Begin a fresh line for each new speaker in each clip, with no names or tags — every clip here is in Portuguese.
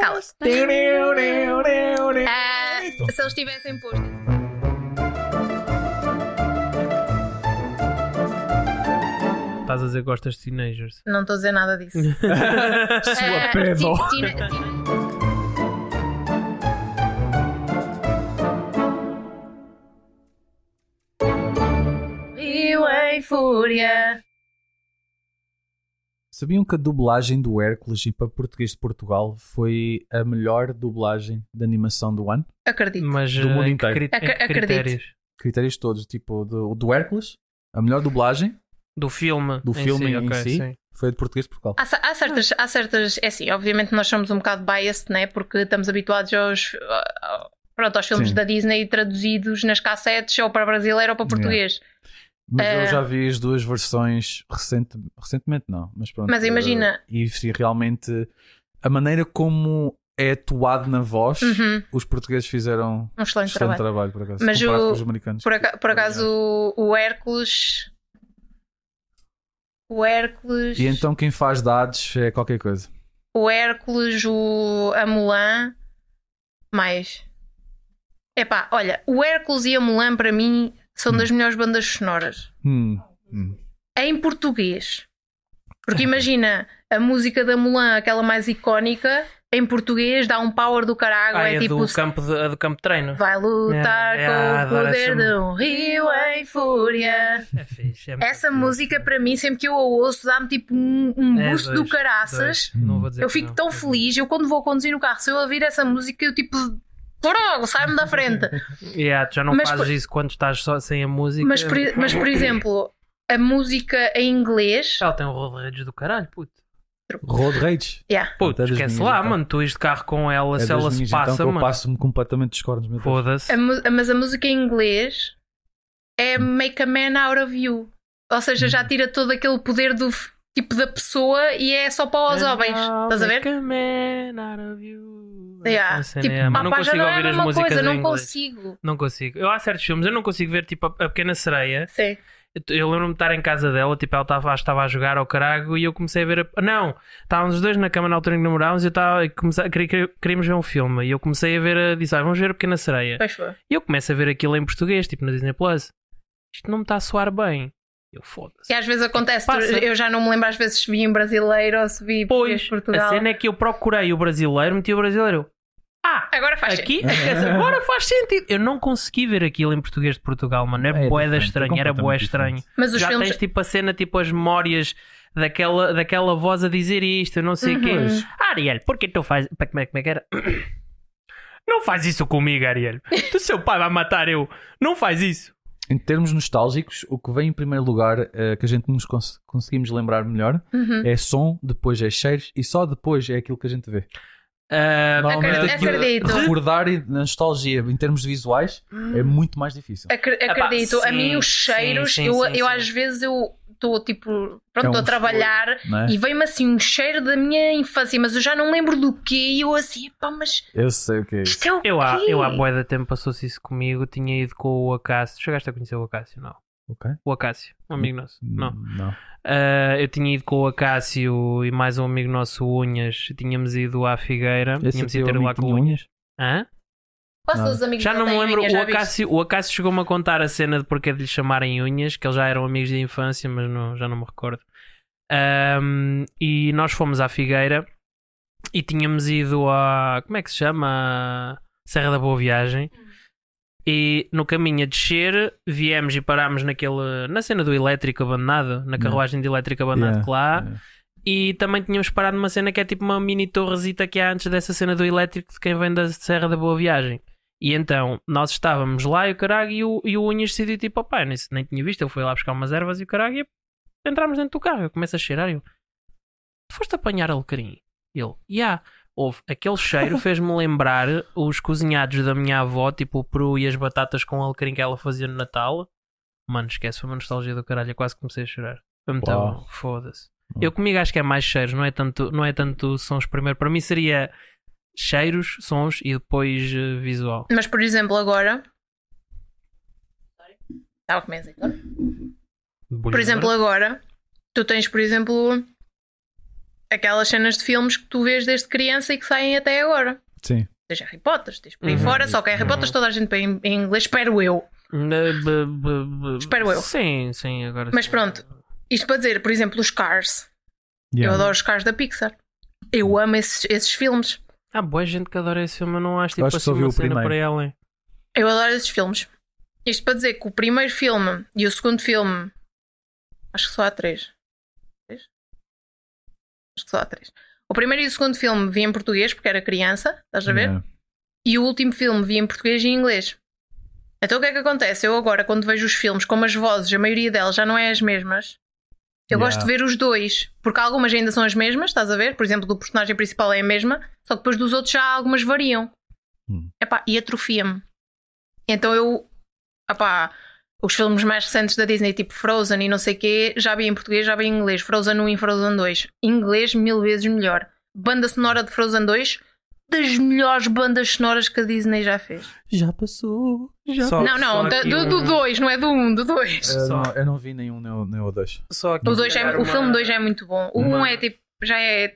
Cala-se. Ah, se eles tivessem posto.
Estás a dizer que gostas de teenagers.
Não estou a dizer nada disso. Ah,
pedo.
ti- tina- tina- Viu em fúria.
Sabiam que a dublagem do Hércules e para português de Portugal foi a melhor dublagem de animação do ano?
Acredito.
Mas
Do
eh,
mundo
em que,
inteiro.
cri- em que
Ac- acredito.
critérios?
Critérios todos, tipo do, do Hércules, a melhor dublagem
Do filme.
Do filme
si,
em
ok,
si?
sim.
foi a de português de Portugal.
Há, ce- há certas, há certas. É assim, obviamente nós somos um bocado biased, né? Porque estamos habituados aos. a- a- Pronto, aos filmes
Sim.
da Disney traduzidos nas cassetes ou para brasileiro ou para português.
Mas
Eh,
eu já vi as duas versões recente, recentemente, não, mas pronto.
Mas imagina-
eh, E se realmente a maneira como é atuado na voz,
Uhum,
os portugueses fizeram
um excelente
excelente
trabalho.
trabalho, por acaso.
Mas
comparado
o-
com os americanos.
Por, aca- por acaso o, o Hércules. O Hércules.
E então quem faz dados é qualquer coisa.
O Hércules, o a Mulan. Mais. Epá, olha, o Hércules e a Mulan para mim são
Hum.
das melhores bandas sonoras.
Hum, hum.
Em português. Porque imagina, a música da Mulan, aquela mais icónica, em português dá um power do caralho.
Ah,
é,
é,
tipo.
do, campo de, a do campo de treino.
Vai lutar
É, é,
com o
adoro essa
poder de um rio em fúria.
É fixe. é muito
Essa
fixe.
música, para mim, sempre que eu a ouço, dá-me tipo um, um
É,
boost
dois,
do caraças.
dois. Não vou dizer
Eu
que
fico
não.
tão feliz. Eu, quando vou conduzir o carro, se eu ouvir essa música, eu tipo. Porão, sai-me da frente.
Yeah, tu já não
Mas
fazes
por-
isso quando estás só sem a música.
Mas por, mas, por exemplo, a música em inglês.
Ela tem um rolo de redes do caralho, puto.
Road Rage.
Yeah.
Puto,
Até das
esquece
minhas
lá,
então.
mano. Tu ires de carro com ela,
É
se
das
ela se
minhas,
passa,
então, que eu
mano.
passo-me completamente dos cornos, meu Deus.
Foda-se.
A mu- mas a música em inglês é make a man out of you. Ou seja, já
Uhum.
tira todo aquele poder do f- tipo da pessoa e é só para
Ah,
os homens. Estás a ver?
Make a man out of you.
Yeah.
Essa cena,
Tipo,
yeah, mas não
"Papá, já
consigo
não é a
ouvir as
mesma
músicas
coisa,
em
não
inglês.
consigo.
Não consigo. Eu há certos filmes, eu não consigo ver, tipo, a, a Pequena Sereia.
Sim.
Eu, t- eu lembro-me de estar em casa dela, tipo, ela estava, estava a jogar ao carago e eu comecei a ver. A, não, estávamos os dois na cama na altura em que namorávamos e eu estava. e comecei- queria- queria- Queríamos ver um filme e eu comecei a ver. A, disse, ah, vamos ver a Pequena Sereia.
Pois foi.
E eu começo a ver aquilo em português, tipo, na Disney Plus. Isto não me está a soar bem. Eu foda-se.
Que às vezes acontece,
Passa.
tu- eu já não me lembro às vezes se vi em brasileiro ou se vi português
Pois,
de
a
Portugal.
cena é que eu procurei o brasileiro, meti o brasileiro. eu, Ah!
Agora faz sentido.
Aqui, agora faz sentido. Eu não consegui ver aquilo em português de Portugal, mano. Era
É
boeda
diferente, é
estranho, era boé
completamente
estranho.
Mas os
Já
filmes.
tens tipo a cena, tipo as memórias daquela, daquela voz a dizer isto, eu não sei o quê.
Uhum.
Ariel, porquê tu fazes. Pá, Como é, como é que era? Não faz isso comigo, Ariel. Tu seu pai vai matar eu. Não faz isso.
Em termos nostálgicos, o que vem em primeiro lugar eh, que a gente nos cons- conseguimos lembrar melhor
Hum.
Uhum.
é som, depois é cheiros e só depois é aquilo que a gente vê.
Ah,
Normalmente
Acre-
aquilo-
acredito. Hum.
recordar e na nostalgia em termos visuais é muito mais difícil.
Acre- acredito, a mim
sim,
os cheiros,
sim, sim,
eu,
sim,
eu
sim.
às vezes eu estou tipo, pronto,
É um
estou a trabalhar
não é?
e vem-me assim um cheiro da minha infância, mas eu já não lembro do quê e eu assim, pá, mas
Eu sei o que é isso.
isto é o
Eu há,
quê?
eu há boeda tempo passou-se isso comigo. Tinha ido com o Acácio. Chegaste a conhecer o Acácio, não?
Ok?
O Acácio, um amigo nosso. Não.
Não.
Ah, eu tinha ido com o Acácio e mais um amigo nosso, o Unhas. Tínhamos ido à Figueira.
Esse é
tínhamos
teu
ido ter
amigo
lá com o
tinha
Unhas.
unhas?
Hã?
Quase
Não.
todos os amigos
Já
dele
não me
têm
lembro.
unhas,
O
já viste?
Acácio, o Acácio chegou-me a contar a cena de porque é de lhe chamarem unhas, que eles já eram amigos de infância, mas não- já não me recordo. Ahm, e nós fomos à Figueira e tínhamos ido a. Como é que se chama? Serra da Boa Viagem. E no caminho a descer, viemos e parámos naquele, na cena do elétrico abandonado, na carruagem de elétrico abandonado
Yeah,
que lá.
yeah.
E também tínhamos parado numa cena que é tipo uma mini torresita que há antes dessa cena do elétrico de quem vem da Serra da Boa Viagem. E então nós estávamos lá e o caralho, e o, e o Unhas decidiu tipo, opá, eu nem, nem tinha visto, eu fui lá buscar umas ervas e o caralho, e entramos dentro do carro. Eu começo a cheirar e eu, tu foste apanhar alecrim? E Ele, yeah. Houve. Aquele cheiro fez-me lembrar os cozinhados da minha avó, tipo o peru e as batatas com alecrim que ela fazia no Natal. Mano, esquece, foi uma nostalgia do caralho, eu quase comecei a chorar. Foi muito
Uau.
bom, foda-se. Eu comigo acho que é mais cheiros, não é tanto, não é tanto sons primeiro. Para mim seria cheiros, sons e depois eh, visual.
Mas, por exemplo, agora. Estava com medo, então. Por exemplo, agora, tu tens, por exemplo, aquelas cenas de filmes que tu vês desde criança e que saem até agora.
Sim.
Tens Harry Potter, tens por aí
Uhum.
fora, só que Harry Potter toda a gente põe em em inglês, espero eu.
Na- b- b- b-
Espero eu.
Sim, sim, agora
Mas
sim.
pronto, isto para dizer, por exemplo, os Cars. Eu
Yeah.
adoro os Cars da Pixar. Eu amo esses, esses filmes.
Há boa gente que adora esse filme, eu não acho
Eu
tipo
acho que
assim
só vi
uma
o
cena
primeiro.
para ela.
Eu adoro esses filmes. Isto para dizer que o primeiro filme e o segundo filme. Acho que só há três. Três? Acho que só há três. O primeiro e o segundo filme vi em português porque era criança, estás a ver?
Yeah.
E o último filme vi em português e em inglês. Então o que é que acontece? Eu agora, quando vejo os filmes, como as vozes, a maioria delas já não é as mesmas. Eu
Yeah.
gosto de ver os dois, porque algumas ainda são as mesmas, estás a ver? Por exemplo, do personagem principal é a mesma, só que depois dos outros já algumas variam.
Hum.
Epá, e atrofia-me. Então eu, epá, os filmes mais recentes da Disney, tipo Frozen e não sei quê, já vi em português, já vi em inglês. Frozen 1 e Frozen 2. Inglês mil vezes melhor. Banda sonora de Frozen 2, das melhores bandas sonoras que a Disney já fez.
Já passou. Já
Só-
não, não, da-
aqui
do-
um-
do 2, não é do 1, um, do 2.
Eu,
Só-
não, eu não vi nenhum, nem o- nem o dois.
só aqui
O, dois é-
dar
o
uma-
filme 2 é muito bom. O 1 um
uma-
é tipo, já é.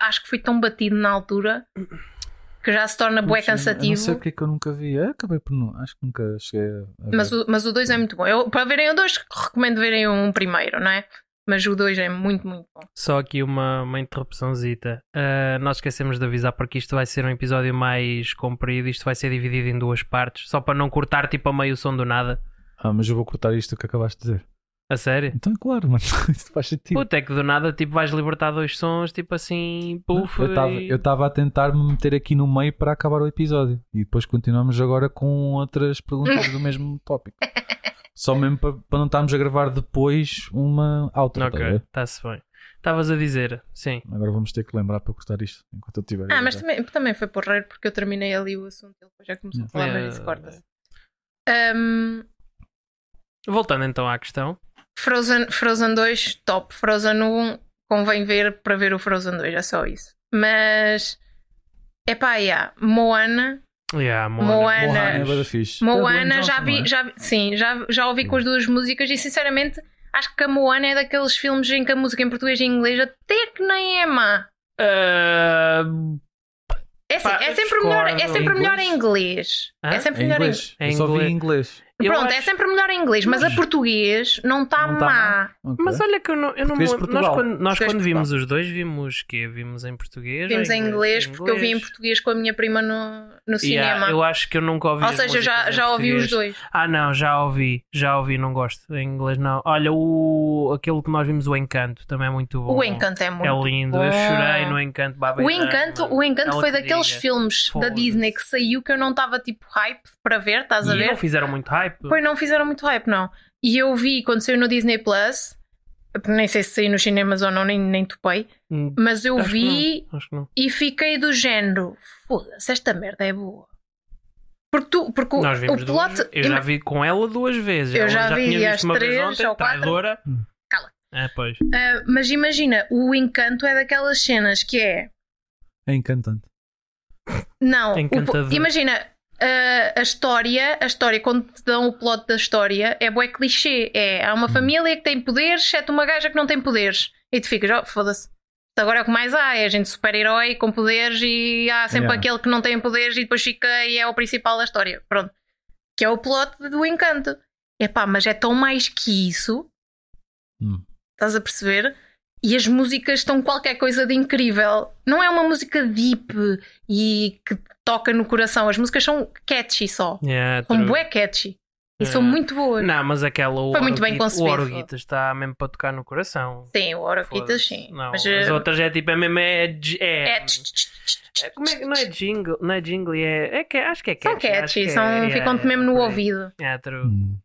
Acho que foi tão batido na altura que já se torna bué
Puxa, eu Não sei
cansativo.
porque é que eu nunca vi. Eu acabei por não. Acho que nunca cheguei a. a
Mas
ver.
o 2 mas o dois é muito bom. Eu, para verem o 2, recomendo verem o 1 um primeiro, não é? Mas o 2 é muito, muito bom.
Só aqui uma, uma interrupçãozita. Ah, nós esquecemos de avisar porque isto vai ser um episódio mais comprido. Isto vai ser dividido em duas partes. Só para não cortar tipo a meio som do nada.
Ah, mas eu vou cortar isto que acabaste de dizer.
A sério?
Então, é claro, mano. Isso faz sentido.
Puta, é que do nada tipo vais libertar dois sons tipo assim. Puf.
Eu tava-
e-
eu estava a tentar me meter aqui no meio para acabar o episódio. E depois continuamos agora com outras perguntas do mesmo tópico. Só mesmo para, para não estarmos a gravar depois uma outro. estás a
Ok,
ver?
está-se bem. Estavas a dizer, sim.
Agora vamos ter que lembrar para cortar isto enquanto eu tiver.
Ah, mas também, também foi porreiro porque eu terminei ali o assunto. Ele depois já começou a falar, mas isso corta-se.
é.
Ahm,
Voltando então à questão.
Frozen, Frozen 2, top. Frozen 1, convém ver para ver o Frozen 2, é só isso. Mas. Epá, yeah. Moana.
Yeah, Moana.
Moana.
Moana é bué da fixe. É do
Moana,
Dwayne
já
Johnson, não
vi.
é?
Já, vi- sim, já, já ouvi com as duas músicas e sinceramente acho que a Moana é daqueles filmes em que a música em português e em inglês até que nem é má.
Ah,
É, assim,
Pá,
é sempre, melhor, é
discordo.
sempre
Em
melhor em inglês.
Hã?
É sempre
Em
melhor em
inglês.
Em
Eu só vi
inglês.
em inglês.
eu
Pronto, é
acho-
sempre melhor em inglês, mas a português não está má.
Não tá má. Ok.
Mas olha que eu não, eu não me
Português de
lembro. Nós
Portugal.
quando, nós
Português
quando
de
vimos os dois, vimos que Vimos em português?
Vimos
ou
em inglês, porque eu vi em português com a minha prima no, no
Yeah,
cinema.
eu acho que eu nunca ouvi
Ou
as
seja, já,
músicas em
já ouvi os
português.
dois.
Ah, não, já ouvi, já ouvi, não gosto. Em inglês, não. Olha, o, aquele que nós vimos, o Encanto, também é muito bom.
o Encanto é muito.
É lindo, eu
bom.
chorei no Encanto. babei
o
tanto.
Encanto, o Encanto
Ela
foi
que
daqueles
diga.
filmes da
Foda-se.
Disney que saiu que eu não estava tipo hype para ver, estás a
E
ver?
não fizeram muito hype.
Pois não fizeram muito hype, não. E eu vi quando saiu no Disney Plus, nem sei se saiu nos cinemas ou não, nem, nem topei,
Hum,
mas eu
Acho que
vi
Acho que não.
e fiquei do género: foda-se, esta merda é boa. Porque, tu, porque o,
Nós
o
vimos
plot.
duas, Eu já
ima-
vi com ela duas vezes.
Eu
ela
já vi
tinha
às
visto uma
três
vez ontem,
ou quatro.
traidora.
Hum.
Cala.
É, pois.
Ah, mas imagina, o encanto é daquelas cenas que é.
É encantante.
Não,
Tem
o-
cantador.
imagina a, a história, a história, quando te dão o plot da história, é bué clichê. É, há uma família que tem poderes, exceto uma gaja que não tem poderes. E tu ficas, oh, foda-se. Isto Agora é o que mais há, é gente super-herói com poderes e há sempre
Yeah.
aquele que não tem poderes e depois fica e é o principal da história. Pronto. Que é o plot do encanto. Epá, mas é tão mais que isso.
Hum.
Estás a perceber? E as músicas estão qualquer coisa de incrível. Não é uma música deep e que toca no coração. As músicas são catchy só.
É,
Yeah,
São
true.
bué catchy. E
É.
são muito boas.
Não, mas aquela o
Foi muito bem
Orgui-
concebido.
O Orguita está mesmo para tocar no coração.
Sim, o Oroquitas
Foda-se.
sim.
Não,
Mas
as
eh,
outras é tipo, é mesmo. É, j- é,
é tch, tch, tch, tch,
é- como é que- não é jingle, não é jingle, é, é que, acho que é
São
catchy. acho que
catchy,
é-
são,
yeah,
ficam-te
yeah,
mesmo no
por aí.
ouvido.
Yeah, true.
Hum.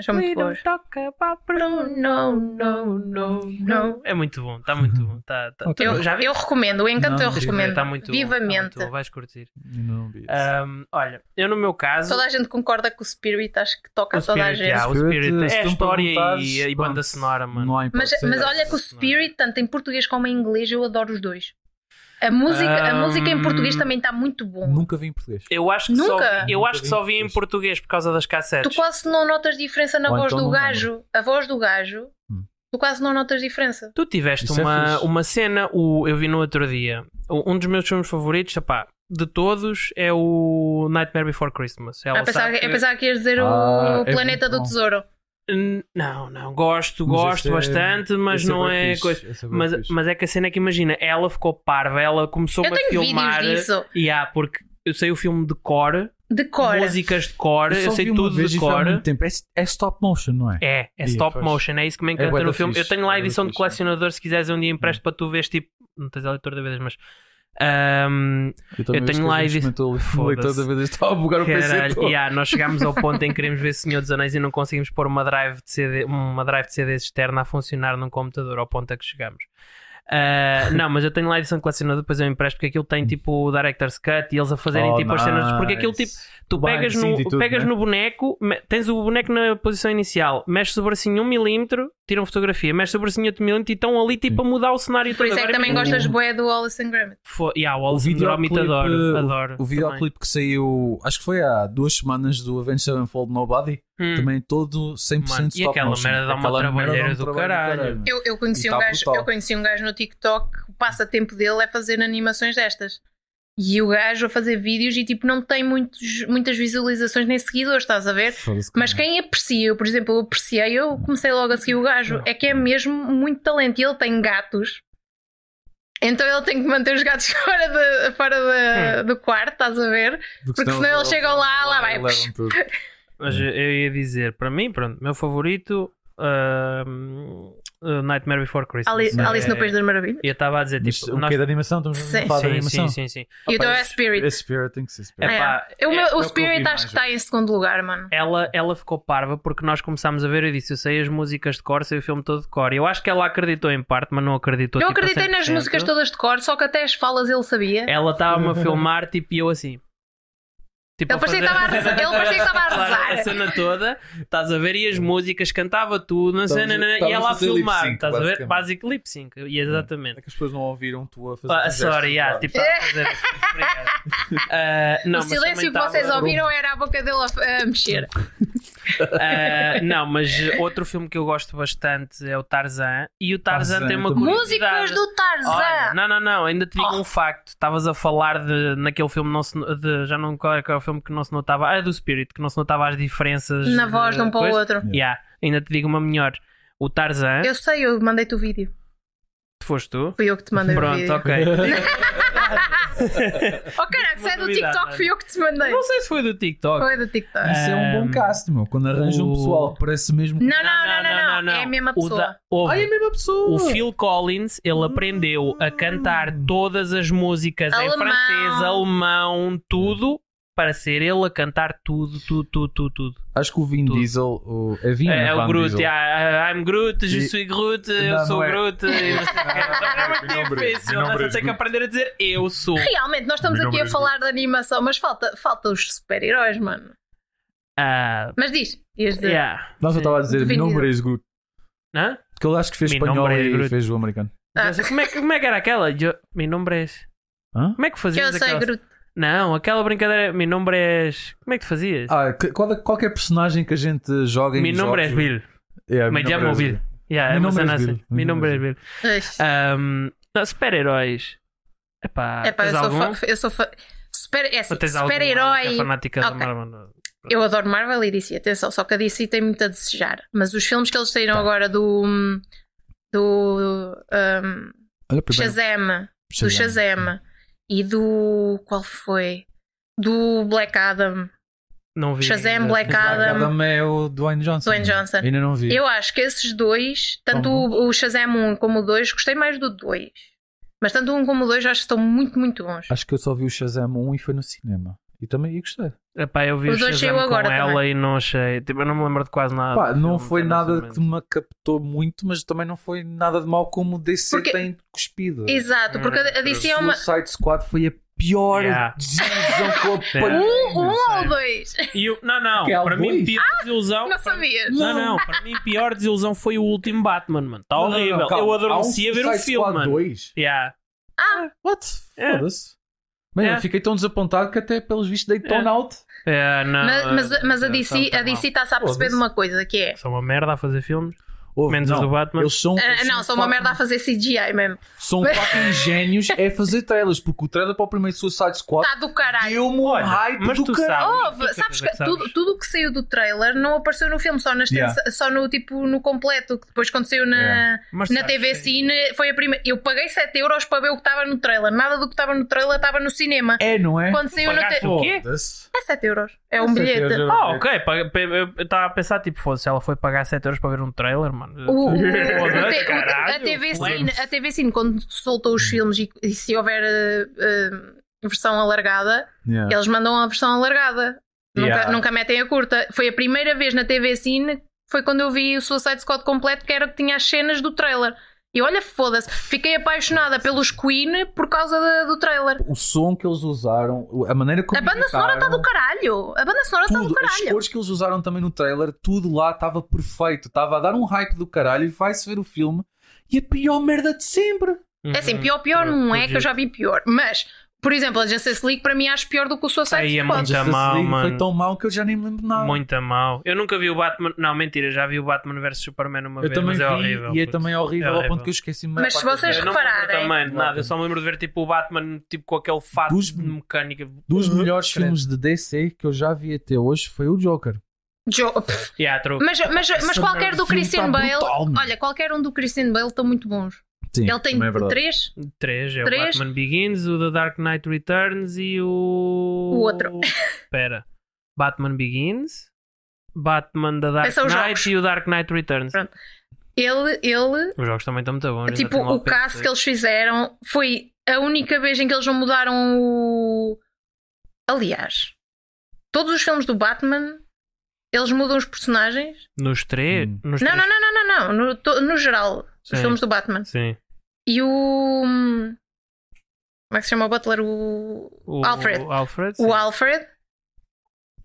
Mas são muito
We
boas.
don't talk about
Não,
Bruno.
não, não.
No, no, no. É muito bom, está muito bom. Tá, tá.
Uhum. Ok.
Eu,
já vi?
eu recomendo, o encanto
Não,
eu
diz que
recomendo.
Está muito bom, tá
vivamente.
muito bom, vais curtir.
Não vi isso.
Ah,
Ahm, olha, eu no meu caso.
Toda a gente concorda que o Spirit acho que toca
O
a toda a
Spirit,
gente.
yeah, o
Spirit,
Spirit,
se
é a
tu me
história
perguntares,
e, e
pronto,
banda sonora, mano.
Não é? há hipótese.
Mas, mas olha que o
Não.
Spirit, tanto em português como em inglês, eu adoro os dois. A música, a
Ahm,
música em português também está muito bom.
Ah, Nunca vi em português.
Eu acho que
Nunca.
só, eu
Nunca
acho que
vi
só
em
vi em
português.
português por causa das
Tu
cassetes.
quase não notas diferença na
Ou
voz
então
do
não
gajo. A voz do gajo,
Hum.
tu quase não notas diferença.
Tu tiveste
Isso é
uma,
fixe.
uma cena, o, eu vi no outro dia, o- um dos meus filmes favoritos, epá, de todos, é o Nightmare Before Christmas. Ela
Eu pensava,
sabe
que...
que-
eu pensava que ias dizer
Ah,
o
é
Planeta do
muito bom.
Tesouro.
N- Não, não, gosto,
Mas
gosto
esse é-
bastante, mas
esse
não
bué
é
fixe,
coisa.
esse é bué
Mas,
fixe.
mas é que a cena é que imagina, ela ficou parva, ela começou
Eu
a
tenho
filmar.
vídeos disso.
E há, porque eu sei o filme de cor,
Decora.
músicas de cor, eu,
só
sei
vi uma
tudo
vez
de
e foi há
cor.
muito tempo. É, é stop motion, não é?
É, é
Dia,
stop
pois.
motion, é isso que me encanta
bué
no
da
filme.
fixe,
Eu tenho lá a
é bué da
edição de
fixe.
colecionador, se quiseres um dia empresto para tu veres, tipo, não tens a leitura da vez, mas. ahm,
também
Eu
vejo
tenho
que
lá
a
e
gente
disse-
comentou ali,
Foda-se.
toda vez estava a bugar o PC
Caralho,
todo.
yeah, nós chegámos ao ponto em que queremos ver Senhor dos Anéis e não conseguimos pôr uma drive de CD, uma drive de CD externa a funcionar num computador ao ponto a que chegamos. Ah, não, mas eu tenho lá a edição colecionador, depois eu empresto porque aquilo tem tipo o Director's Cut e eles a fazerem
Oh,
tipo as cenas. Porque aquilo tipo,
nice.
tu
O behind
pegas,
the
no,
scenes e tudo,
pegas
né?
no boneco, me- tens o boneco na posição inicial, mexes o bracinho um milímetro, tiram fotografia, mexes o bracinho outro milímetro e estão ali tipo a mudar o cenário
Por
todo.
isso é que
Agora
também
que-
gostas bué do Wallace and Gromit.
Fo- yeah, o
O
Wallace Gromit
videoclipe,
adoro,
uh,
adoro.
O videoclipe que saiu, acho que foi há duas semanas do Adventure Unfold Nobody,
também. Hum.
também é todo 100%
Mano, e
stop
aquela
motion.
merda dá uma
Aquela merda
trabalheira
dá um
do
trabalho
caralho.
mano.
Eu, eu,
E
conheci
tá
um gajo,
brutal.
eu conheci um gajo no TikTok que o passatempo dele é fazer animações destas. E o gajo a fazer vídeos e tipo não tem muitos, muitas visualizações nem seguidores, estás a ver?
Foda-se, é.
Mas
caralho.
quem aprecia, eu, por exemplo, eu apreciei, eu comecei logo a seguir o gajo. É que é mesmo muito talento. E ele tem gatos. Então ele tem que manter os gatos fora, de- fora
Hum.
da- do quarto, estás a ver? Porque senão eles chegam lá, lá vai.
levam tudo.
Mas eu eu ia dizer, para mim, pronto, meu favorito, ahm, uh, Nightmare Before Christmas.
Ali- Alice,
É,
no País das Maravilhas.
Eu estava a dizer,
Mas
tipo,
o
nós...
que é da animação? Estamos
Sim.
a falar da
sim,
animação.
sim, sim, sim.
E o
Opa,
teu é
esse-
Spirit.
Esse Spirit tem que ser Spirit.
É. Epá,
É. O, meu-
é-
o
é o que eu
Spirit
vi
acho que
mais,
está em segundo lugar, mano.
Ela, ela ficou parva porque nós começámos a ver, eu disse, eu sei as músicas de cor, sei o filme todo de cor. Eu acho que ela acreditou em parte, mas não acreditou
Eu
tipo, a
acreditei nas
100%.
músicas todas de cor, só que até as falas ele sabia.
Ela estava-me a filmar, tipo, e eu assim... Tipo,
Ele parecia que estava a rezar. Ele parecia que estava a
Claro, a
rezar.
cena toda, estás a ver, e as
Uhum.
músicas, cantava tudo, não sei,
Estamos-
não, não, não, e
estamos
ela
a
a
fazer lip
filmar,
sync,
estás a ver?
basicamente.
Básico lip sync, e exatamente.
É que as pessoas não ouviram tu a fazer.
Ah,
o gesto,
sorry, ah,
claro.
tipo, estava a fazer isso, obrigado. Ah, não,
o
mas
silêncio que
também
vocês
estava-
ouviram era a boca dele a, a mexer.
Ah, não, mas eh, outro filme que eu gosto bastante é o Tarzan, e o Tarzan,
Tarzan,
tem uma
eu também.
Músicas
curiosidade.
do Tarzan!
Olha, não, não, não, ainda te digo
Oh.
um facto. Estavas a falar de, naquele filme, não se, de, já não qual é que era o filme que não se notava, ah, é do Spirit, que não se notava as diferenças
Na voz de um para o
coisa.
outro.
Yeah. Ainda te digo uma melhor. O Tarzan,
Eu sei, eu mandei-te o vídeo.
foste tu?
Fui eu que te mandei o
Pronto,
vídeo.
ok.
Oh, caraca, se é do
Novidade,
TikTok,
mano.
fui eu que te mandei.
Não sei se foi do TikTok.
Foi do TikTok.
Isso é um bom cast, meu. Quando arranjam um
o-
pessoal que parece mesmo.
Não, não, não, não, não, É a mesma
O
pessoa.
da- ouve,
Ai, é a mesma pessoa!
O
Hum.
Phil Collins, ele aprendeu a cantar todas as músicas em
Alemão.
francês, alemão, tudo, para ser ele a cantar tudo, tudo, tudo, tudo. tudo.
Acho que o Vin
Tudo.
Diesel. O... É Vin
É, é
Van
o Groot,
Diesel.
yeah, I'm Groot, je
E-
suis Groot, eu
Não,
sou
não é.
Groot. e não sei o quê.
não,
É
meu
muito
nome é-
difícil,
meu nome
nós
é
só tem que
Groot.
aprender a dizer eu sou.
Realmente, nós estamos
Meu
aqui a
nome é
falar de animação, mas falta, falta os super-heróis, mano.
Ah,
Mas diz, ias dizer.
yeah.
Não, só estava a dizer.
Vin
Meu nome
Diesel.
é Groot.
Hã?
Porque ele acho que fez
Mi
espanhol
nombre es
e
é Groot.
fez o americano.
Ah,
Como, é, que- como é que era aquela? Yo, mi nombre es.
Hã?
Como é que
que eu
fazias
sei,
aquela?
Groot.
Não, aquela brincadeira. Mi nombre es. Como é que tu fazias?
Ah, que- qual- qualquer personagem que a gente joga em
mi nombre es
jogos-
é
É,
Bill.
Yeah,
Me
mi nombre
llamo
es
Bill. Yeah,
Mi
é uma
nombre
cena
es
assim.
Bill.
Mi nombre es Bill.
Ai.
Ahm, não, super-heróis. Epá,
Epá,
Ah, tens
eu sou,
algum?
fa- eu sou fa- super, é assim,
Ou tens algum que é
super-herói.
fanática da
Ok.
Marvel?
Eu adoro Marvel e DC, atenção, só que a DC tem muito a desejar. Mas os filmes que eles saíram agora do. do. hum,
Olha, primeiro-
Shazam, do Shazam e do. qual foi? Do Black Adam.
Não vi.
Shazam,
ainda.
é, Black Adam.
Adam é o Dwayne Johnson.
Dwayne Johnson.
Ainda não vi.
Eu acho que esses dois, tanto o, o Shazam 1 como o 2, gostei mais do 2. Mas tanto o 1 como o 2 acho que estão muito, muito bons.
Acho que eu só vi o Shazam 1 e foi no cinema. E também e gostei.
Epá, eu vi o
Os dois
Shazam
saiu
com
agora
ela
também.
e não achei. Tipo, eu não me lembro de quase nada.
Pá,
do
não
filme,
foi nada
honestamente.
que me captou muito, mas também não foi nada de mal como o DC
Porque-
tem cuspido.
Exato, porque a a DC é
O
uma.
Suicide Squad foi a pior
Yeah.
desilusão que eu apanhei.
Um, um
sei.
ou dois?
E eu- não, não.
Que é
Para mim,
alguns?
pior desilusão.
Ah, Não sabias?
Não, não, para mim a pior desilusão foi o último Batman, mano. Está
Não, não, não,
horrível.
calma.
eu
Há um
adormeci a ver o
Suicide
filme,
Squad
mano.
2.
Yeah.
Ah! What?
É.
Foda-se. Bem,
É.
eu fiquei tão desapontado que até, pelos vistos, dei tone
É.
out.
É, não,
mas, mas, mas a
é, tá-
DC
tá
a DC está-se a
Foda-se.
perceber de uma coisa que é.
mal. São uma merda a fazer filmes.
Ouve,
Menos os
não,
do Batman.
Eles são,
Ah,
eles
não, são uma
fucking-
merda a fazer CGI mesmo.
São fucking gênios é fazer trailers, porque o trailer para o primeiro Suicide Squad
Está Tá do caralho.
deu-me um
Olha,
hype
mas
do
tu
caralho.
sabes.
Houve,
Tu
Oh, sabes
certeza
que
que
tudo,
sabes.
tudo o que saiu do trailer não apareceu no filme, só, nas
Yeah.
tensa- só no tipo no completo, que depois aconteceu na,
Yeah.
Mas
na
sabes
TV
que- é
Cine. Foi a primeira. Eu paguei 7 euros para ver o que estava no trailer. Nada do que estava no trailer estava no cinema.
É, não é?
Quando saiu na
Pagaste
TV.
o quê?
Foda-se.
É 7 euros. É um
Sete
bilhete.
euros, eu-
Ah, ok. paga- pe- Eu estava a pensar, tipo, foda-se, ela foi pagar 7 euros para ver um trailer, mano.
O- o- o-
Foda-se,
te- o-
caralho,
a, TV
flex.
Cine, a TV Cine, quando soltou os filmes e, e se houver eh, eh, versão alargada,
Yeah.
eles mandam a versão alargada. Nunca-
Yeah.
Nunca, metem a curta. Foi a primeira vez na TV Cine foi quando eu vi o Suicide Squad completo, que era que tinha as cenas do trailer. E olha, foda-se, fiquei apaixonada pelos Queen por causa da- do trailer.
O som que eles usaram, a maneira como.
A banda sonora está do caralho! A banda sonora está do
tudo, as
caralho!
cores que eles usaram também no trailer, tudo lá estava perfeito, estava a dar um hype do caralho e vai-se ver o filme e a pior merda de sempre.
Uhum.
É assim, pior, pior não é que eu já vi pior, mas. Por exemplo, a Justice League para mim acho pior do que o Suicide
Aí é
Squad.
muito- Já
Justice
mal,
League
mano.
Foi tão mal que eu já nem me lembro nada.
Muito mal. Eu nunca vi o Batman. Não, mentira, já vi o Batman vs Superman uma
eu
vez,
também
mas
vi
é horrível.
e é
putz.
também horrível,
É
ao ponto que eu esqueci me
Mas se vocês
Eu não me lembro
repararem-
também de nada, eu só me lembro de ver tipo o Batman tipo com aquele fato
Dos-
de mecânica. Uhum.
dos
Uhum.
melhores
Credo.
filmes de DC que eu já vi até hoje foi o Joker.
Jo-
Yeah, true.
Mas, mas, mas
Essa
qualquer
merda
do
de filme
Christian
tá
Bale.
brutal, meu.
olha, qualquer um do Christian Bale estão muito bons.
Sim,
Ele tem
também é verdade.
três.
Três, é
Três.
o Batman Begins, o The Dark Knight Returns e o.
O outro.
Espera. Batman Begins, Batman The Dark
Esses são os
Knight
jogos.
e o Dark Knight Returns.
Pronto. Ele, ele
Os jogos também estão muito bons. ainda um
tipo,
tenho lá
o caso
PS2.
que eles fizeram foi a única vez em que eles não mudaram o. Aliás, todos os filmes do Batman. Eles mudam os personagens?
Nos três.
Hum.
Nos
Não,
três.
não, não, não, não, não. No, to- no geral, os
Sim.
filmes do Batman.
Sim.
E o. Como é que se chama o Butler? O.
O,
Alfred.
O Alfred.
O
sim.
Alfred.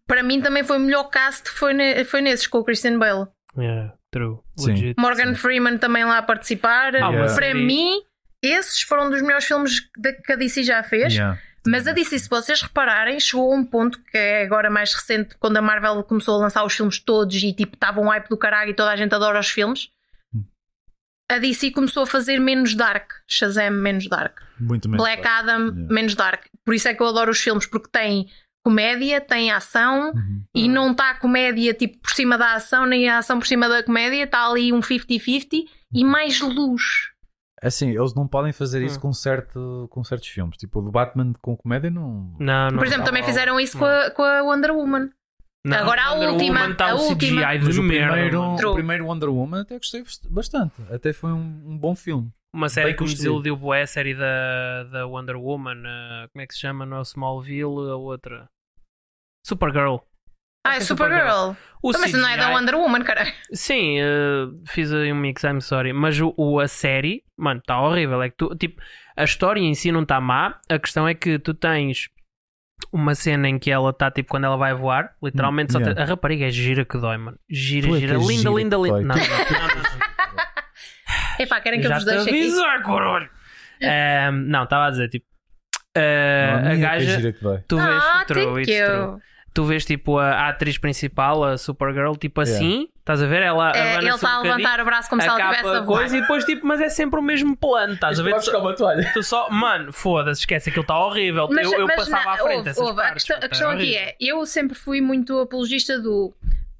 Para mim também foi o melhor cast, foi, ne- foi nesses, com o Christian Bale.
Yeah, true.
Sim. Ah,
Legit.
Morgan Freeman também lá a participar.
Há
uma
Para
série-
mim, esses foram um dos melhores filmes da- que a DC já fez.
Yeah.
Mas a DC, se vocês repararem, chegou a um ponto que é agora mais recente, quando a Marvel começou a lançar os filmes todos e tipo estava um hype do caralho e toda a gente adora os filmes.
Hum.
A DC começou a fazer menos dark, Shazam menos dark,
Muito mesmo.
Black Adam
Yeah.
menos dark. Por isso é que eu adoro os filmes, porque tem comédia, tem ação,
Uhum.
e não está a comédia tipo por cima da ação, nem a ação por cima da comédia, está ali um 50-50 e
Uhum.
mais luz.
Assim, eles não podem fazer isso
Hum.
com, certo, com certos filmes. Tipo, o do Batman com comédia não.
Não, não,
por exemplo,
não,
também
não.
fizeram isso com a, com a Wonder Woman.
Não,
Agora a
Wonder
última,
Woman tá
a
um
última.
CGI de
Mas o
merda,
primeiro,
mano.
True.
o primeiro Wonder Woman até gostei bastante. Até foi um, um bom filme.
Uma série
Bem
que me
construído.
desiludiu bué, a série da, da Wonder Woman, eh, como é que se chama? Não é o Smallville, a outra. Supergirl.
Ah, é
Acho que é
Supergirl.
O
Mas isso não é da
CGI
Wonder Woman, caralho.
Sim, eh, fiz aí um mix, I'm sorry. Mas o, o- a série, mano, está horrível. É que tu, tipo, a história em si não está má. A questão é que tu tens uma cena em que ela está, tipo, quando ela vai voar, literalmente só
Hum, yeah.
tem- A rapariga é gira que dói, mano. Gira,
Tu é que
gira.
és
Linda,
gira
linda,
que
linda.
dói.
Não, não, não, não.
Epá, querem que eu
Já
vos
te
deixe aqui?
avisar, caralho. Ehm, não, estava a dizer, tipo... eh,
Não,
a
minha é que
gaja...
gira que dói.
Tu vês,
Ah,
true,
thank
it's true.
you.
tu vês tipo a, a atriz principal, a Supergirl, tipo
Yeah.
assim, estás a ver? Ela
É, ele
abana-se
está a
um bocadinho,
levantar o braço como se ela
acaba
estivesse a
a
voar.
coisa e depois tipo, mas é sempre o mesmo plano, estás a ver? Tu,
uma toalha.
tu só, mano, foda-se, esquece, aquilo está horrível.
Mas-
eu eu
mas
passava
na-
à frente
ouve,
essas
ouve, a
partes,
questão, a
puta,
questão aqui
horrível.
é: eu sempre fui muito apologista do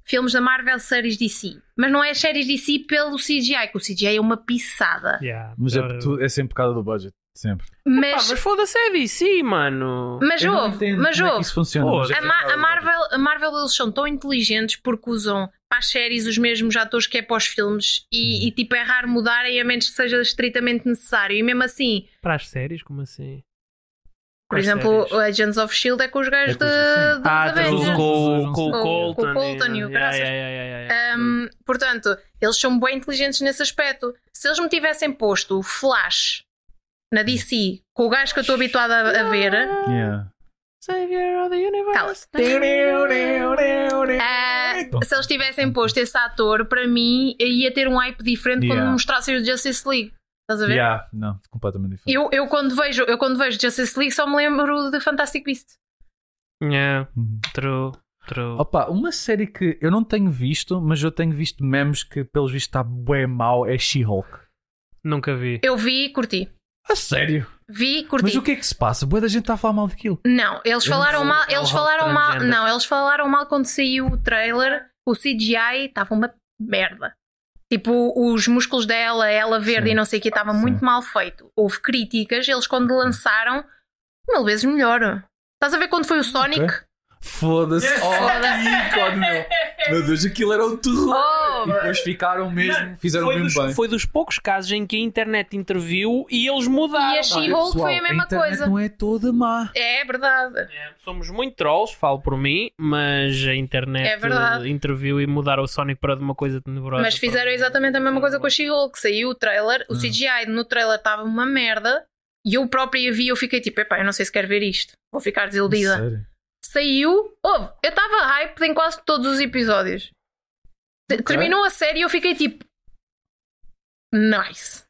filmes da Marvel, séries DC. Mas não é as séries DC pelo CGI, que o CGI é uma pisada.
Yeah,
Mas
horrível.
é, tu- é sempre por causa do budget. Sempre.
Pá,
Mas,
mas foda-se, é DC, mano.
mas
Eu não
houve,
entendo
mas
como é que
houve.
Isso funciona.
Pô,
mas é
A,
por
Ma-
causa
a
do
Marvel, a Marvel eles são tão inteligentes porque usam para as séries os mesmos atores que é para os filmes
Uhum.
e, e, tipo é raro mudarem a menos que seja estritamente necessário. E mesmo assim,
Para as séries, como assim?
por
Quais
exemplo,
séries?
Agents of Shield é com os gajos
É
de,
com os-
dos
ah,
Avengers.
com, com, com o
Com-
Colton.
com o Colton e o
yeah,
caraças.
yeah, yeah, yeah, yeah.
Um, portanto, eles são bem inteligentes nesse aspecto. Se eles me tivessem posto o Flash na DC com o gajo que eu estou habituada a, a ver,
Yeah.
Savior of the universe.
ah, se eles tivessem posto esse ator, para mim ia ter um hype diferente
Yeah.
quando mostrassem o Justice League. Estás a ver?
Yeah, não, completamente diferente.
Eu, eu, quando vejo, eu quando vejo Justice League só me lembro de Fantastic Beasts.
Yeah,
Uhum.
true, true.
Opa, uma série que eu não tenho visto, mas eu tenho visto memes que, pelos vistos, está bem mau é She-Hulk.
Nunca vi.
Eu vi e curti.
A sério?
Vi e curti.
Mas o que é que se passa? Boa da gente está a falar mal daquilo.
Não, eles
Eu não
falaram
sou-
mal,
é o
eles
Hulk
falaram mal,
transgender.
não, eles falaram mal quando saiu o trailer, o CGI estava uma merda. Tipo, os músculos dela, ela verde
Sim.
e não sei o que, estava
Sim.
muito mal feito. Houve críticas, eles quando lançaram, mil vezes melhor. Estás a ver quando foi o Sonic?
Foda-se. Oh, que ícone, meu. Meu Deus, aquilo era um terror.
Oh,
E depois ficaram mesmo, fizeram
Foi
mesmo
dos,
bem.
foi dos poucos casos em que a internet interviu e eles mudaram.
E a She-Hulk foi a mesma coisa.
não é toda má.
É verdade.
É, Somos muito trolls, falo por mim, mas a internet
É verdade.
eh, interviu e mudaram o Sonic para de uma coisa tenebrosa.
Mas fizeram
para-
exatamente a mesma coisa com a She-Hulk. Saiu o trailer, o
Hum.
CGI no trailer estava uma merda. E eu própria vi, eu fiquei tipo, epá, eu não sei se quero ver isto. Vou ficar desiludida.
Sério?
saiu. Houve. Eu estava hyped em quase todos os episódios. T- Terminou a série e eu fiquei tipo. Nice.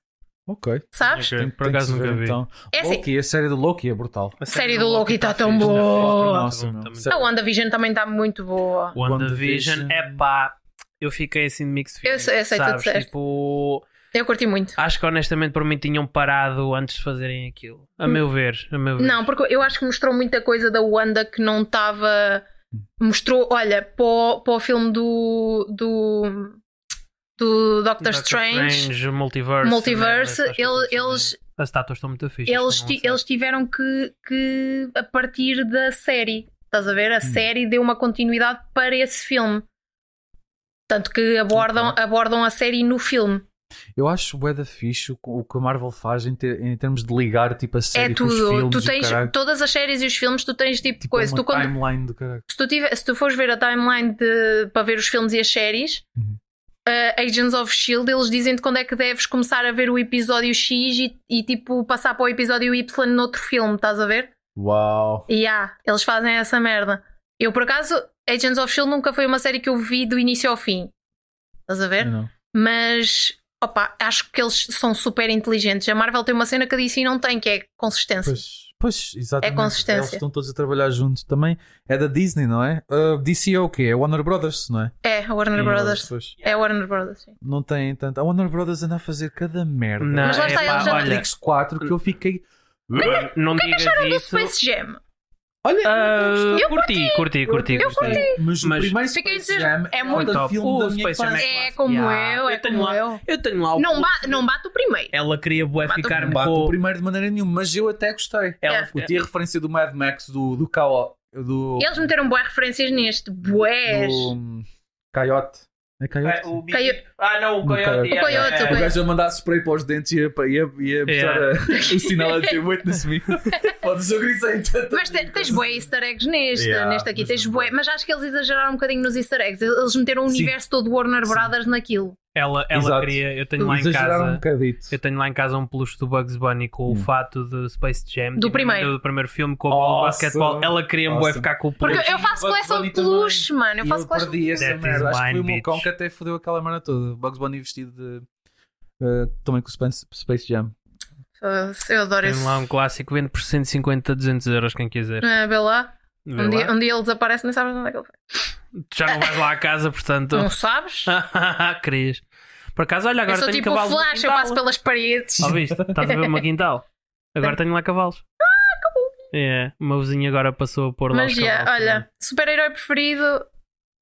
Ok.
Sabes?
Ok, por
Tem que
acaso
se ver,
nunca vi.
Então.
É assim.
Loki, a série do Loki é brutal.
A
série do Loki
está
tá tão
fixe,
boa.
tá muito boa,
Nossa,
tá
meu.
muito
A
boa.
WandaVision também está muito boa.
WandaVision,
WandaVision.
é pá, eu fiquei assim de mixed
Eu
feelings.
sei- eu sei, tudo
sabes?
certo.
Tipo,
Eu curti muito.
acho que honestamente por mim tinham parado antes de fazerem aquilo. A meu ver, a meu ver.
Não, porque eu acho que mostrou muita coisa da Wanda que não estava. Mostrou, olha, para o, para o filme do. do. do Doctor, Strange,
Multiverse,
Multiverse,
merda, essas
ele-
coisas também.
eles,
As estátuas estão muito fixas.
eles,
estão
ti-
a lançar.
eles tiveram que, que a partir da série. Estás a ver?
Hum.
A série deu uma continuidade para esse filme. Tanto que abordam, abordam a série no filme.
Eu acho o da fixe o- o que a Marvel faz em, ter- em termos de ligar tipo a série
é
com os
tudo.
filmes
Tu
e o
tens
caralho.
todas as séries e os filmes, tu tens tipo,
Tipo,
coisa.
uma
Tu quando-
timeline do caralho.
se, tu tiver, se tu fores ver a timeline de- para ver os filmes e as séries,
Uhum.
eh, Agents of Shield, eles dizem-te quando é que deves começar a ver o episódio X e, e tipo passar para o episódio Y noutro filme, estás a ver?
Uau.
E há, eles fazem essa merda. Eu, por acaso, Agents of Shield nunca foi uma série que eu vi do início ao fim. Estás a ver?
Eu não.
Mas, opa, acho que eles são super inteligentes. A Marvel tem uma cena que a DC não tem, que é consistência.
Pois, pois, exatamente.
É consistência.
Eles estão todos a trabalhar juntos também. É da Disney, não é? Ah, DC é o quê? É Warner Brothers, não é?
É, a Warner Brothers.
Pois.
É a Warner Brothers, sim.
Não tem tanto. A Warner Brothers anda a fazer cada merda.
Não,
Mas lá
é
está,
pá,
eles já-
olha,
Matrix 4 que eu fiquei.
não digas
Do
isso.
Space Jam.
Olha,
Ah,
Eu
curti, curti, curti,
Eu
gostei.
Mas o
Mas-
primeiro
Fiquei a
Space
dizer,
Jam
é
o
muito
top.
filme
O
da minha
Space Jam é
infância.
É
clássico.
como
Yeah.
eu, é
Eu tenho
como
lá-
eu.
Eu tenho lá o
Não, ba não bate o primeiro.
Ela queria bué
Bate o
ficar-me
Não bate o
com...
primeiro de maneira nenhuma, mas eu até gostei.
É.
Ela...
Eu tinha referência do Mad Max, do, do K.O. Do,
Eles meteram boas referências neste. Boés.
do hum, Coyote. É Coyote?
O bicho-
Coyote.
Ah, não, o
No
coiote.
coiote.
é,
O coiote,
é,
o
é.
O gajo a mandar spray para os dentes e a, e a, e a puxar
Yeah.
a- o sinal a dizer witness me. Foda-se, eu grisei tanto.
Mas te- tens bué easter eggs neste,
Yeah,
neste aqui,
mas
tens
não
bué, mas acho que eles exageraram um bocadinho nos easter eggs. Eles meteram o
Sim.
universo todo Warner Brothers naquilo.
Ela, ela
Exato.
queria... Eu tenho lá em
Exageraram um
casa...
bocadito.
Eu tenho lá em casa um peluche do Bugs Bunny com o
Hum.
fato do Space Jam.
Do
tipo,
primeiro.
Do primeiro filme com a bola de
Awesome.
basquetebol. Ela queria-me bué
Awesome.
ficar com o
Porque
peluche.
eu faço
Bugs
coleção
Bunny
de peluche, mano. Eu
E
faço coleção de
perdi essa
That is
merda. Acho que foi o
mine,
meu cão
bitch.
que até fodeu aquela merda toda. Bugs Bunny vestido de. eh, também com o Space, Space Jam.
Foda-se, Eu adoro
Tenho
isso.
lá um clássico, vende por 150 a 200 euros, quem quiser.
Ah, vê lá.
Vê
Um dia,
lá.
um dia ele desaparece, nem sabes onde é que ele foi.
Já não vais lá à casa, portanto.
Não sabes?
Querias. Por acaso, olha,
eu
Ah, agora
sou
tenho um
tipo o
cavalos. no
Flash, eu
quintal.
passo pelas paredes.
Ouviste? Estás a ver o meu quintal? Agora tenho lá cavalos. Ah, É, o meu vizinho agora passou a pôr lá
Mas
os
yeah,
cavalos.
olha, super-herói preferido.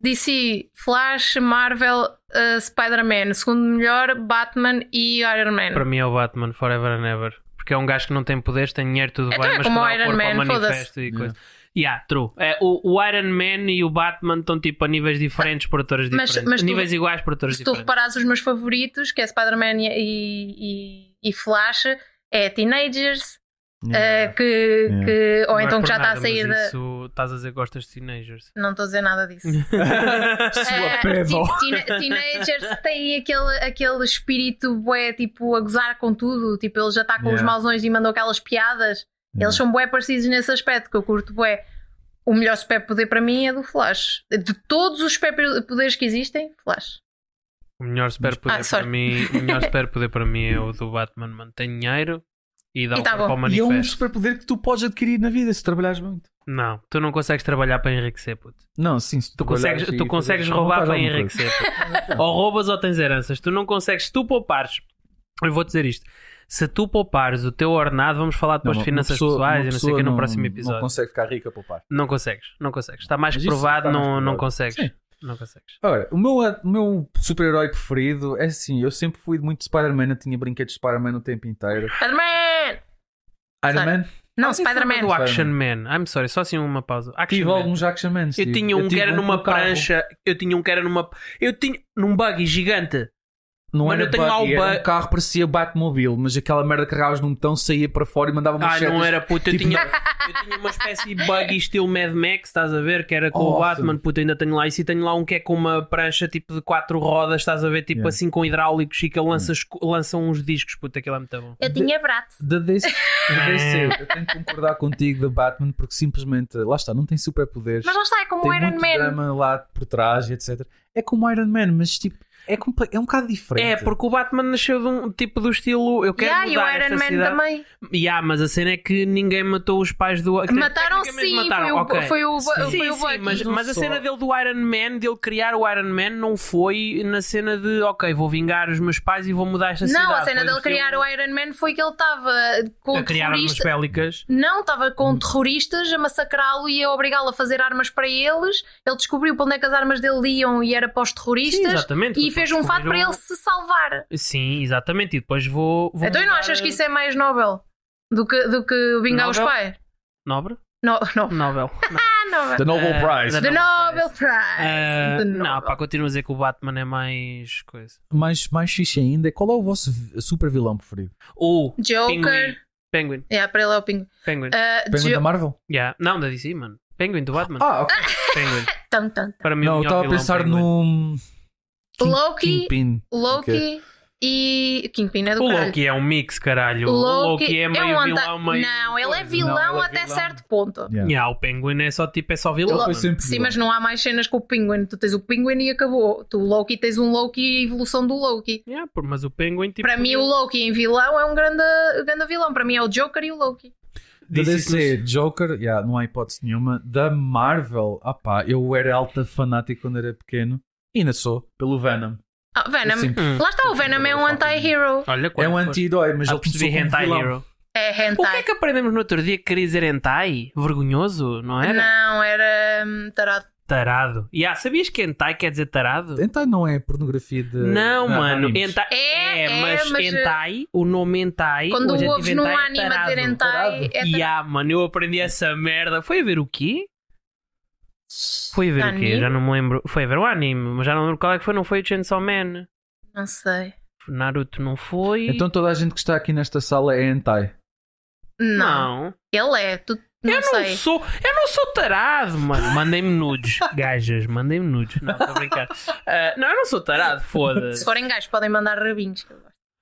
DC, Flash, Marvel, ah, Spider-Man. Segundo melhor, Batman e Iron Man.
Para mim é o Batman Forever and Ever. Porque é um gajo que não tem poderes, tem dinheiro, tudo
Então
bem,
é
mas
como
que
o
dá
Iron
corpo ao
Man, foda-se.
manifesto e coisa. Yeah, true. É, o, o Iron Man e o Batman estão tipo a níveis diferentes, por atores
Mas-
diferentes.
mas tu-
níveis iguais, por atores
se tu
diferentes.
reparares os meus favoritos, que é Spider-Man e, e- e Flash, é Teenagers, eh, que,
Yeah.
que- ou
Não é
então
por
que já está a
nada, mas
sair da.
Isso, estás a dizer que gostas de teenagers.
Não estou a dizer nada disso.
é
Eh,
Sua
é
pedo.
ti- teen- teenagers têm aquele, aquele espírito bué, tipo, a gozar com tudo. Tipo, ele já está com os
Yeah.
mauzões e mandou aquelas piadas. Eles são bué parecidos nesse aspecto, que eu curto bué. O melhor superpoder para mim é do Flash. De todos os superpoderes que existem, Flash.
O melhor superpoder
Ah,
para
sorry.
mim, o melhor superpoder para mim é o do Batman, mano. Tem dinheiro e dá
E
o
tá
corpo
bom.
ao
E é um
manifesto.
superpoder que tu podes adquirir na vida se trabalhares muito.
Não, tu não consegues trabalhar para enriquecer, puto.
Não, sim, se
Tu consegues, tu consegues roubar para enriquecer. puto. ou roubas ou tens heranças. Tu não consegues, se tu poupares. Eu vou dizer isto. Se tu poupares o teu ordenado, vamos falar depois de finanças pessoais e não sei o que no próximo episódio.
Não consegue ficar rica a poupar.
Não consegues, não consegues. Está mais
Mas
que
isso
provado,
está mais
não, não
provado.
consegues.
Sim.
Não consegues.
Ora, o meu, o meu super-herói preferido é assim, eu sempre fui muito de Spider-Man, eu tinha brinquedos de Spider-Man o tempo inteiro.
Spider-Man!
Iron Man,
Não,
Ah, sim,
Spider-Man.
Do
Spider-Man.
Action Man. I'm sorry, só assim uma pausa. Action
tive
Man.
alguns Action Man.
Eu tinha um que era numa prancha. Eu tinha um que era numa. Eu tinha. Num buggy gigante.
Não
Mano,
era
eu tenho lá o
buggy, era
bug-
um carro parecia Batmobile, mas aquela merda que carregavas num botão, saía para fora e mandava
Ah,
uma
não era puta. Eu
tipo-
tinha, eu tinha uma espécie de buggy estilo Mad Max, estás a ver? Que era com o
Awesome.
Batman. Puta, ainda tenho lá isso. E tenho lá um que é com uma prancha tipo de quatro rodas, estás a ver? Tipo
Yeah.
assim com hidráulicos e que ele lança, esco- lança uns discos. Puta, aquilo é muito bom.
Eu tinha Brat.
Da DC, da DC,
É.
eu tenho que concordar contigo da Batman porque simplesmente, lá está, não tem superpoderes.
Mas lá está, é como
tem
o Iron
muito
Man.
drama lá por trás, etc. É como Iron Man, mas tipo, é, comple- é um bocado diferente.
É, porque o Batman nasceu de um tipo do estilo. Eu quero
Yeah, e o
mudar
Iron
esta
Man
cidade.
também.
Ya, mas a cena é que ninguém matou os pais do.
Mataram
Tecnicamente
sim,
mataram,
foi o,
ok.
foi o, foi
Sim,
o
sim,
Bucky.
mas,
não
mas a
só.
cena dele do Iron Man, dele criar o Iron Man, não foi na cena de ok, vou vingar os meus pais e vou mudar esta cidade.
Não, a cena
Foi
dele
do filme-
criar o Iron Man foi que ele estava com
a criar armas Hum.
terroristas.
bélicas.
Não, estava com terroristas a massacrá-lo e a obrigá-lo a fazer armas para eles. Ele descobriu para onde é que as armas dele iam e era para os
Sim,
terroristas.
exatamente.
e fez um fato para ele
eles
se salvar.
Sim, exatamente. E depois vou. vou
então e não
mudar
achas que
a-
isso é mais Nobel do que, do que vingar os
eh, Nobel?
pais?
eh, Nobre?
No, no,
Nobel.
ah, Nobel.
The Nobel
Eh,
Prize.
The
Nobel
Nobel Prize.
Ah,
The
não,
Nobel.
pá, continuo a dizer que o Batman é mais coisa.
mais, mais fixe ainda, qual é o vosso vi- super vilão preferido?
O Pinguim.
Joker.
Penguin.
Yeah, para ele é o pinguim.
Penguin.
Ah,
Penguin
Jo-
da Marvel?
Yeah. Não, da DC, mano. Penguin do Batman.
Ah, ok.
Oh.
Penguin.
Tum, tum.
Para mim, o
não, eu
melhor
estava a
vilão,
pensar
Penguin.
num King-
Loki,
Kingpin.
Loki e. Kingpin é do
O
caralho.
Loki é um mix, caralho. O Loki, é meio
um anta-
vilão, meio.
Não, ele é
coisa.
vilão
Não, ele é
até
vilão.
certo ponto.
Yeah.
Yeah, o Penguin é só tipo, é só
Ele
vilão.
foi
mano.
sempre
Sim,
vilão.
mas não há mais cenas com o Penguin. Tu tens o Penguin e acabou. Tu, o Loki, tens um Loki e a evolução do Loki.
Yeah, por- mas o Penguin, tipo.
Para mim, o Loki em vilão é um grande, grande vilão. Para mim, é o Joker e o Loki.
Da
disse
DC, Joker, yeah, não há hipótese nenhuma. Da Marvel, ah pá, eu era alta fanático quando era pequeno. E ainda sou, pelo Venom.
Ah, Venom.
Eu sempre-
Hum.
Lá está, o Venom é um anti-hero.
Olha,
É
quase
um
foi.
anti-herói, mas
Ah,
ele começou
percebi
como
hentai
vilão.
hero.
É
O que
hentai.
é que aprendemos no outro dia que queria dizer hentai? Vergonhoso, é não era?
Não, era hum, tarado.
Tarado. Yeah, sabias que hentai quer dizer tarado?
Hentai não é pornografia de. Ah,
Não, mano.
animes.
Hentai...
É, é,
mas,
mas,
hentai, o nome hentai. o
Quando
adjetivo
ouves num
hentai é
anime a dizer
tarado.
hentai, é
E ah, mano, eu aprendi essa merda. Foi a ver o quê? Foi a ver o quê?
Anime?
Já não me lembro. Foi a ver o anime, mas já não lembro qual é que foi. Não foi o Chainsaw Man.
Não sei.
Naruto não foi.
Então toda a gente que está aqui nesta sala é hentai.
Não.
não.
Ele é. Tu, não
eu
sei.
não sou. Eu não sou tarado, mano. Mandem-me nudes. Gajas, mandem-me nudes. Não, estou a brincar. Ah, não, eu não sou tarado,
Se
foda-se.
forem gajos, podem mandar rabinhos.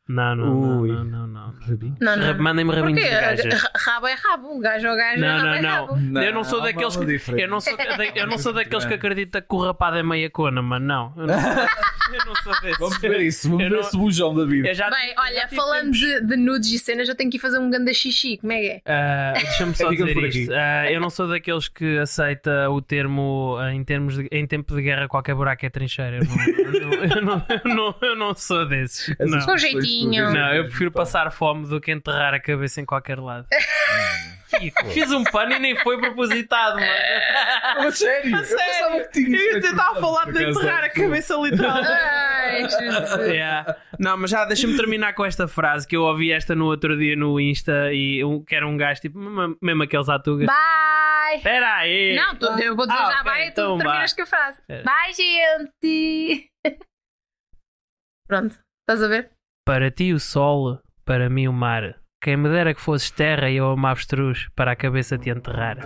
Não, não, não,
Ui.
não, não, não.
Rabinho?
Não,
Ra-
não.
Mandem-me rabinhos
Porque
de gajas.
rabo é rabo, gajo é gajo,
Não,
rabo
não,
é
não.
rabo.
eu não sou daqueles que- Eu não sou, eu não sou daqueles que acredita que o rapado é meia cona, mano. Não. Eu não sou, eu não sou desse.
Vamos ver isso, vamos
Eu
ver
não-
esse bujão da vida.
Eu já
Bem,
tive- já
olha,
tive
falando
tempos-
de, de nudes e cenas, eu tenho que ir fazer um ganda xixi, como é que é?
Ah, Deixa-me só
Ficamos
dizer
por aqui.
isto. Ah, eu não sou daqueles que aceita o termo ah, em, termos de- em tempo de guerra qualquer buraco é trincheira. Eu não, eu não, eu não, eu não sou desses.
Essas
Não.
Com
pessoas
jeitinho.
todas.
Não, eu prefiro passar fome do que enterrar a cabeça em qualquer lado. Fico. Fiz um pano e nem foi propositado,
É.
mano.
A Ah, sério?
A sério? Eu ia tentar falar de
é
enterrar a cabeça literal.
Ai, Jesus.
Yeah. Não, mas já deixa-me terminar com esta frase que eu ouvi esta no outro dia no Insta e um, que era um gajo tipo, mesmo mesmo aqueles atugas.
Bye!
Espera aí!
Não, tu, eu vou dizer
Ah,
já
ok,
vai e tu
então
terminas
vá.
com a frase.
É.
Bye, gente! Pronto, estás a ver?
Para ti o sol, para mim o mar. Quem me dera que é fosses terra e eu uma avestruz para a cabeça te enterrar.